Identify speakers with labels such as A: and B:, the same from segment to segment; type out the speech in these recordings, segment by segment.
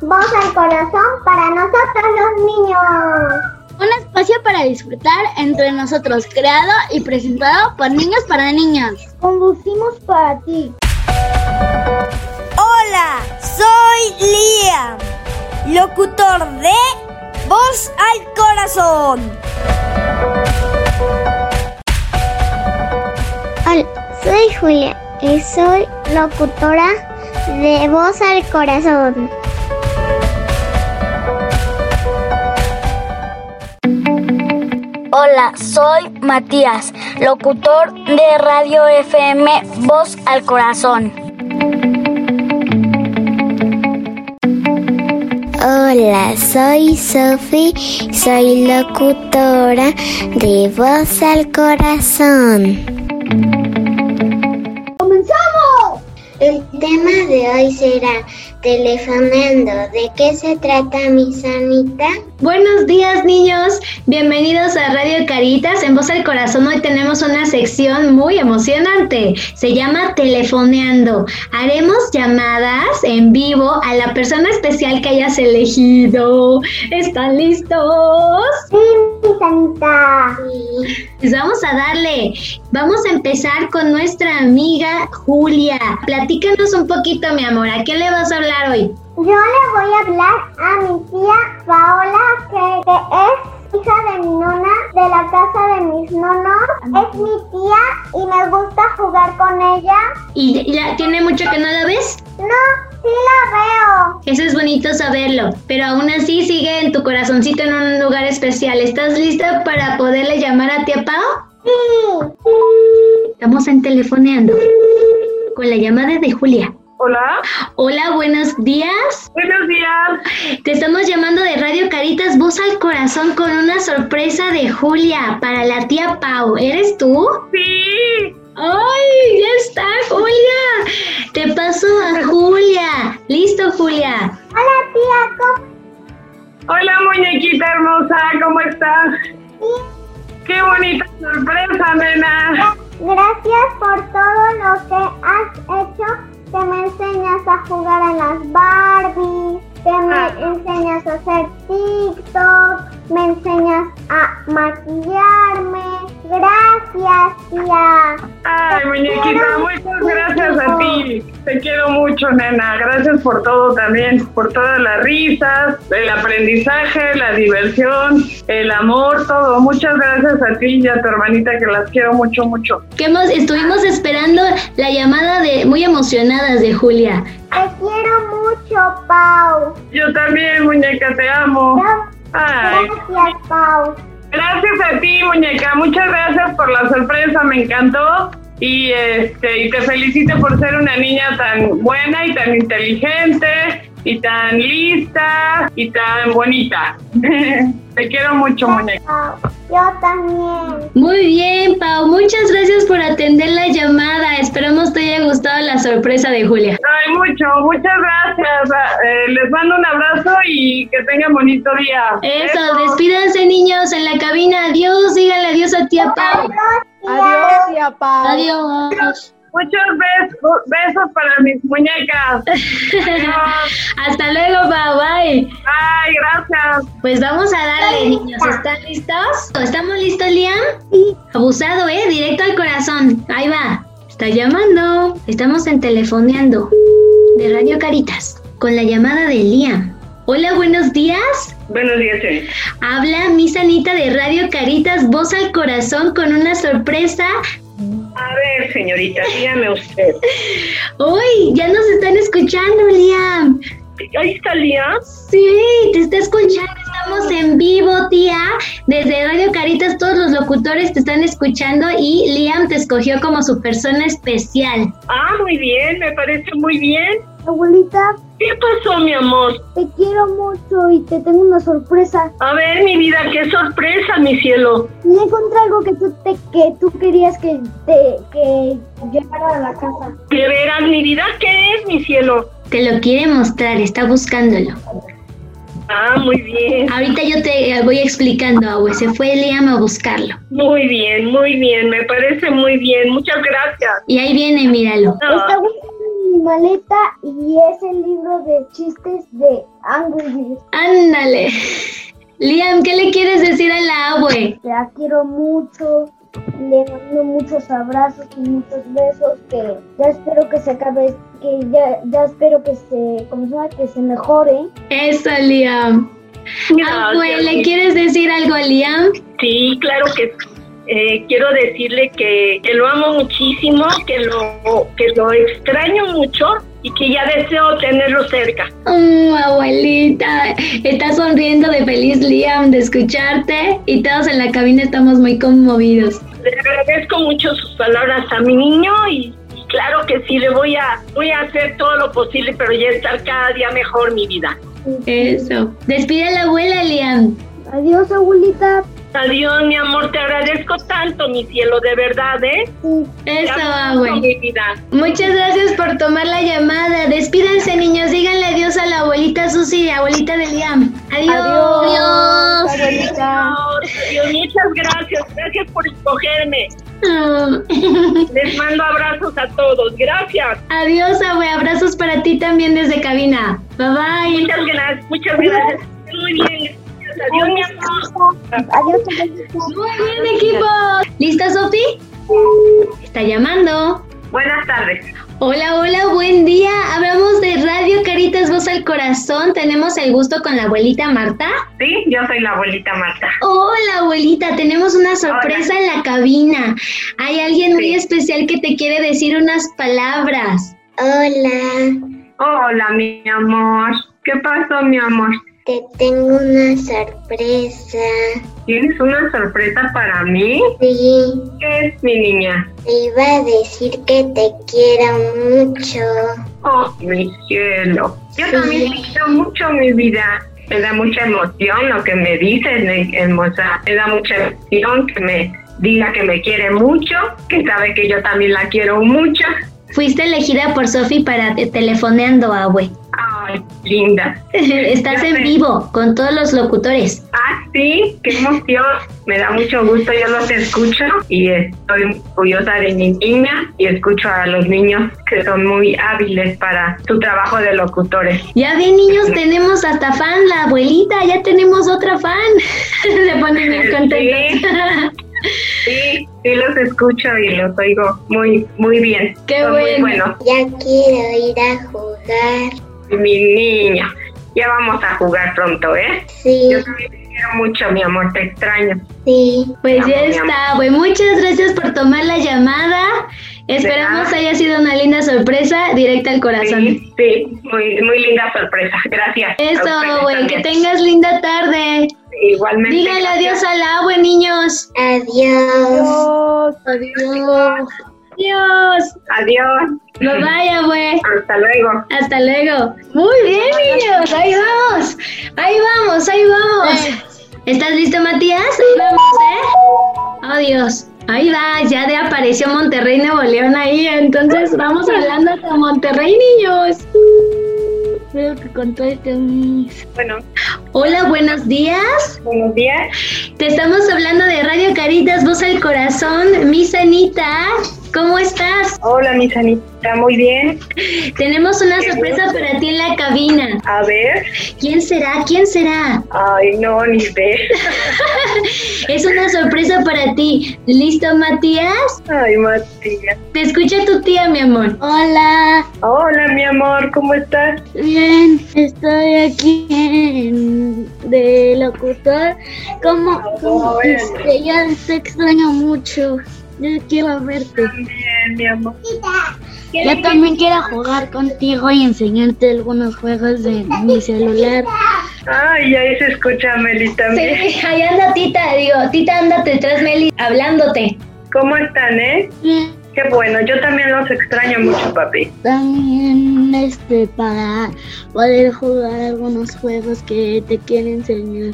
A: Voz al corazón para nosotros los niños.
B: Un espacio para disfrutar entre nosotros, creado y presentado por niños para niñas.
A: Conducimos para ti.
C: Hola, soy Liam, locutor de Voz al Corazón.
D: Hola, soy Julia y soy locutora de Voz al Corazón.
E: Hola, soy Matías, locutor de Radio FM Voz al Corazón.
F: Hola, soy Sofi, soy locutora de Voz al Corazón.
A: ¡Comenzamos!
F: El tema de hoy será Telefonando. ¿De qué se trata, mi sanita?
G: Buenos días, niños. Bienvenidos a Radio Caritas en Voz al Corazón. Hoy tenemos una sección muy emocionante. Se llama Telefoneando. Haremos llamadas en vivo a la persona especial que hayas elegido. ¿Están listos?
A: Sí, mi sanita.
G: Sí. Pues vamos a darle. Vamos a empezar con nuestra amiga Julia. Platícanos un poquito, mi amor. ¿A qué le vas a hablar hoy?
A: Yo le voy a hablar a mi tía Paola, que, que es hija de mi nona, de la casa de mis nonos. Es mi tía y me gusta jugar con ella.
G: ¿Y, y la, tiene mucho que no la ves?
A: No, Sí la veo.
G: Eso es bonito saberlo, pero aún así sigue en tu corazoncito en un lugar especial. ¿Estás lista para poderle llamar a tía Pao?
A: Sí.
G: Estamos en telefoneando con la llamada de Julia.
H: Hola.
G: Hola, buenos días.
H: Buenos días.
G: Te estamos llamando de Radio Caritas Voz al Corazón con una sorpresa de Julia para la tía Pau. ¿Eres tú?
H: Sí.
G: ¡Ay! ¡Ya está, Julia! Te paso a Julia. ¿Listo, Julia?
A: Hola, tía. ¿cómo?
H: Hola, muñequita hermosa. ¿Cómo estás?
A: Sí.
H: ¡Qué bonita sorpresa, nena!
A: Gracias por todo lo que has hecho. Que me enseñas a jugar a las Barbies. Que me ah. enseñas a hacer TikTok. Me enseñas a maquillarme. Gracias, tía.
H: Ay, muñequita, muchas gracias a ti. Te quiero mucho, nena. Gracias por todo también, por todas las risas, el aprendizaje, la diversión, el amor, todo. Muchas gracias a ti y a tu hermanita que las quiero mucho, mucho.
G: Que hemos, estuvimos esperando la llamada de muy emocionadas de Julia.
A: Te quiero mucho, Pau.
H: Yo también, muñeca, te amo.
A: Ay. Gracias, Pau.
H: Gracias a ti, muñeca. Muchas gracias por la sorpresa, me encantó. Y, este, y te felicito por ser una niña tan buena y tan inteligente y tan lista y tan bonita. te quiero mucho, muñeca.
A: Yo también.
G: Muy bien, Pau. Muchas gracias por atender la llamada. Esperamos te haya gustado la sorpresa de Julia.
H: Ay, mucho. Muchas gracias. Eh, les mando un abrazo y que tengan bonito día.
G: Eso, Eso. despídanse, niños, en la cabina. Adiós. Díganle adiós a tía Pau.
A: Adiós,
B: tía Pau.
G: Adiós. adiós.
H: Muchos besos, besos para mis muñecas.
G: Hasta luego, Pau. Bye.
H: Bye, gracias.
G: Pues vamos a darle, niños. ¿Están listos? ¿Estamos listos, Liam?
A: Sí.
G: Abusado, ¿eh? Directo al corazón. Ahí va. Está llamando. Estamos en Telefoneando de Radio Caritas con la llamada de Liam. Hola, buenos días.
H: Buenos días, sí.
G: Habla Miss Anita de Radio Caritas, voz al corazón con una sorpresa
H: a ver, señorita, dígame usted.
G: ¡Uy! Ya nos están escuchando, Liam.
H: ¿Ahí está Liam?
G: Sí, te está escuchando. Estamos en vivo, tía. Desde Radio Caritas, todos los locutores te están escuchando y Liam te escogió como su persona especial.
H: Ah, muy bien, me parece muy bien.
A: Abuelita.
H: ¿Qué pasó, mi amor?
A: Te quiero mucho y te tengo una sorpresa.
H: A ver, mi vida, qué sorpresa, mi cielo.
A: Me encontré algo que tú, te, que tú querías que, te, que llevara a la casa.
H: ¿De veras, mi vida? ¿Qué es, mi cielo?
G: Te lo quiere mostrar, está buscándolo.
H: Ah, muy bien.
G: Ahorita yo te voy explicando, Agüe. Se fue Liam a buscarlo.
H: Muy bien, muy bien. Me parece muy bien. Muchas gracias. Ah,
G: Y ahí viene, míralo.
A: No. Está buscando Ah, maleta y es el libro de chistes de Angry Birds.
G: Ándale. Liam, ¿qué le quieres decir a la abue?
A: La quiero mucho, le mando muchos abrazos y muchos besos que ya espero que se acabe, que ya, ya espero que se, ¿cómo se llama? Que se mejore.
G: Eso, Liam. Abue, ¿le quieres decir algo a Liam?
H: Sí, claro que eh, quiero decirle que, que lo amo muchísimo, que lo, que lo extraño mucho y que ya deseo tenerlo cerca.
G: Mm, abuelita, está sonriendo de feliz Liam de escucharte y todos en la cabina estamos muy conmovidos.
H: Le agradezco mucho sus palabras a mi niño y, y claro que sí, le voy a, voy a hacer todo lo posible, pero ya estar cada día mejor mi vida.
G: Eso. Despide a la abuela, Liam.
A: Adiós, abuelita.
H: Adiós, mi amor, te agradezco tanto, mi cielo, de verdad, ¿eh?
G: Eso, ah,
H: Te amo mucho,
G: abue.
H: mi vida.
G: Muchas gracias por tomar la llamada. Despídense, niños. Díganle adiós a la abuelita Susi, abuelita de Liam. Adiós.
A: Abuelita.
H: Dios, muchas gracias, gracias por escogerme.
G: Mm.
H: Les mando abrazos a todos, gracias.
G: adiós, abue. Abrazos para ti también desde cabina. Bye bye.
H: Muchas gracias, muchas gracias. Muy bien, gracias. Adiós, mi amor.
A: Adiós, abuelita.
G: Muy bien, equipo. ¿Lista, Sofi? Está llamando.
H: Buenas tardes.
G: Hola, hola, buen día. Hablamos de Radio Caritas Voz al Corazón. Tenemos el gusto con la abuelita Marta.
H: Sí, yo soy la abuelita Marta.
G: Hola, abuelita. Tenemos una sorpresa en la cabina. Hay alguien muy especial que te quiere decir unas palabras.
F: Hola,
H: Hola, mi amor. ¿Qué pasó, mi amor?
F: te tengo una sorpresa.
H: ¿Tienes una sorpresa para mí?
F: Sí,
H: ¿Qué es, mi niña?
F: te iba a decir que te quiero mucho.
H: Oh, mi cielo. Yo también te quiero mucho mi vida. Me da mucha emoción lo que me dices, me, hermosa. Me da mucha emoción que me diga que me quiere mucho, que sabe que yo también la quiero mucho.
G: Fuiste elegida por Sofi para te- Telefoneando, abue.
H: Ay, linda.
G: Estás
H: Ya
G: en
H: sé.
G: vivo con todos los locutores.
H: Ah, sí, qué emoción. Me da mucho gusto, yo los escucho y estoy orgullosa de mi niña y escucho a los niños que son muy hábiles para su trabajo de locutores.
G: Ya bien, niños, tenemos hasta fan, la abuelita, ya tenemos otra fan. Se ponen bien contentos.
H: Sí, sí los escucho y los oigo muy, muy bien.
G: Qué
H: Son muy
G: bueno.
H: buenos.
F: Ya quiero ir a jugar.
H: Mi niña, ya vamos a jugar pronto, ¿eh?
F: Sí,
H: Yo también te quiero mucho, mi amor, te extraño.
F: sí.
G: pues ya
H: Amor, mi
G: está, güey. Muchas gracias por tomar la llamada. Esperamos
H: nada.
G: haya sido una linda sorpresa directa al corazón.
H: Sí, sí, muy, muy linda sorpresa. Gracias. a ustedes
G: Eso, güey, que
H: también.
G: tengas linda tarde.
H: Igualmente.
G: Dígale adiós
H: gracias.
G: al agua, niños.
F: Adiós.
B: Adiós.
G: Adiós.
H: Adiós.
G: Bye bye, güey.
H: Hasta luego.
G: Hasta luego. Muy bien, niños. Ahí vamos. Ahí vamos, ahí vamos. ¿Estás listo, Matías? Ahí vamos, ¿eh? Oh, Dios. Ahí va, ya de apareció Monterrey Nuevo León ahí. Entonces vamos hablando hasta Monterrey, niños.
B: Espero que contesten.
H: Bueno,
G: Hola, buenos días.
H: buenos días.
G: Te estamos hablando de Radio Caritas, Voz al Corazón. Mi Sanita, ¿cómo estás?
H: Hola, mi sanita. Muy bien.
G: Tenemos una sorpresa para ti en la cabina.
H: A ver.
G: ¿Quién será? ¿Quién será?
H: Ay, no, ni ve.
G: Es una sorpresa para ti. ¿Listo, Matías?
H: Ay, Matías.
G: Te escucha tu tía, mi amor.
B: Hola.
H: Hola, mi amor. ¿Cómo estás?
B: Bien, estoy aquí en- de locutor. Como, como este, ya te extraño mucho. Yo quiero verte.
H: Bien, mi amor.
B: Yo también quiero jugar contigo y enseñarte algunos juegos de mi celular.
H: Ay, ahí se escucha a Meli también.
G: Sí, ahí anda Tita, digo, Tita anda detrás Meli hablándote.
H: ¿Cómo están, eh?
B: Bien,
H: Qué bueno. Yo también los extraño mucho, papi.
B: También este para poder jugar algunos juegos que te quiero enseñar.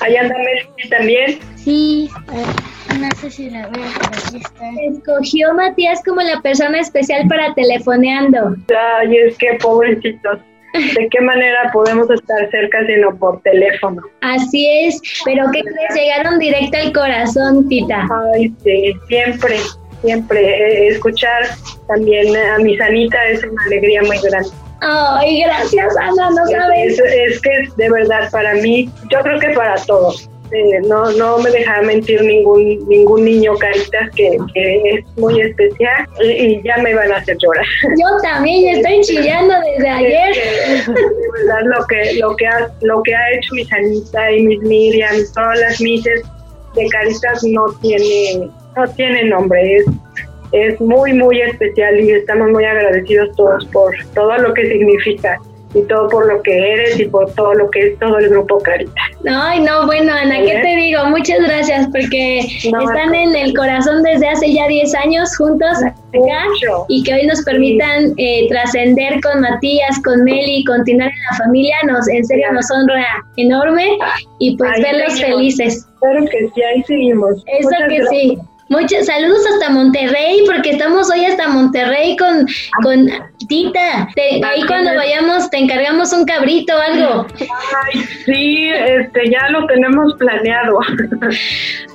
H: Ahí anda Meli también.
B: Sí, eh, no sé si la veo, pero aquí está.
G: Te Escogió Matías como la persona especial para telefoneando.
H: Ay, es que pobrecitos. ¿De qué manera podemos estar cerca sino por teléfono?
G: Así es, pero ¿qué crees? Llegaron directo al corazón, Tita.
H: Ay, sí, siempre. siempre. Eh, escuchar también a mi Sanita es una alegría muy grande.
G: Ay, gracias, Ana, no sabes.
H: Es, es que de verdad para mí, yo creo que para todos, eh, no, no me deja mentir ningún ningún niño Caritas que, que es muy especial y, y ya me van a hacer llorar.
G: Yo también ya estoy chillando desde ayer.
H: Es que, de verdad Este, lo que lo que ha, lo que ha hecho mi Sanita y mis Miriam, todas las mises de Caritas no tiene no tiene nombre, es es muy, muy especial y estamos muy agradecidos todos por todo lo que significa y todo por lo que eres y por todo lo que es todo el grupo Carita.
G: Ay, no, bueno, Ana, ¿qué te digo? Muchas gracias porque
H: No,
G: están
H: no.
G: en el corazón desde hace ya 10 años juntos acá
H: Mucho.
G: y que hoy nos permitan eh, trascender con Matías, con Meli, continuar en la familia, nos en serio nos honra enorme y pues
H: Ahí
G: verlos
H: seguimos.
G: felices.
H: Claro que sí, ahí seguimos.
G: Eso
H: Muchas
G: que
H: gracias.
G: sí. Muchos saludos hasta Monterrey, porque estamos hoy hasta Monterrey con, con Tita. Te- ahí cuando vayamos te encargamos un cabrito o algo.
H: Ay, sí, este, ya lo tenemos planeado.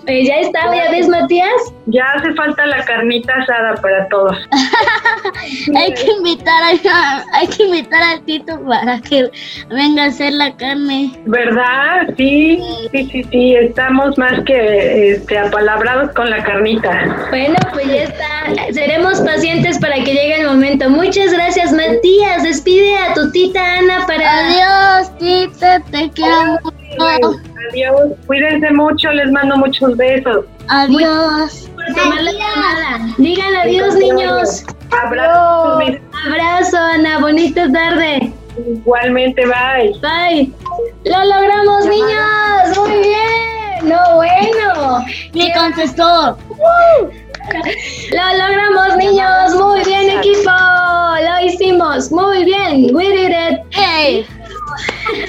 G: Eh, ya está, ya ves, Matías.
H: ya hace falta la carnita asada para todos.
B: Hay que invitar a, hay que invitar al Tito para que venga a hacer la carne.
H: ¿Verdad? Sí, sí, sí, sí, estamos más que este, apalabrados con la carnita.
G: Bueno, pues ya está. Seremos pacientes para que llegue el momento. Muchas gracias, Matías. Despide a tu tita Ana para.
B: Adiós, Tito, te quiero mucho.
H: Adiós, cuídense mucho, les mando muchos besos.
B: Adiós.
G: por tomar la llamada. Digan adiós, niños.
H: Abrazos, mis-
G: Abrazo, Ana. Bonita tarde.
H: igualmente, bye.
G: Bye. Lo logramos, niños. Muy bien. No, bueno.
B: Me contestó.
G: Lo logramos, niños. Muy bien, equipo. Lo hicimos. Muy bien. We did it.
B: Hey.
G: Pues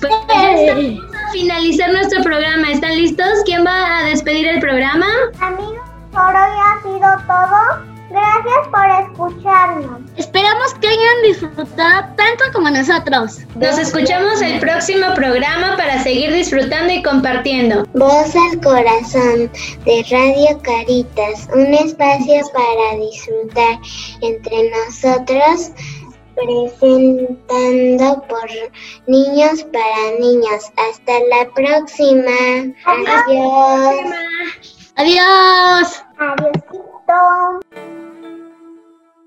G: ya estamos a finalizar nuestro programa. ¿Están listos? ¿Quién va a despedir el programa?
A: Amigos, por hoy ha sido todo. Gracias por escucharnos.
B: Esperamos que hayan disfrutado tanto como nosotros.
G: Nos escuchamos el próximo programa para seguir disfrutando y compartiendo.
F: Voz al corazón de Radio Caritas, un espacio para disfrutar entre nosotros, presentando por niños para niños. Hasta la próxima. Adiós.
B: Adiós.
A: Adiósito.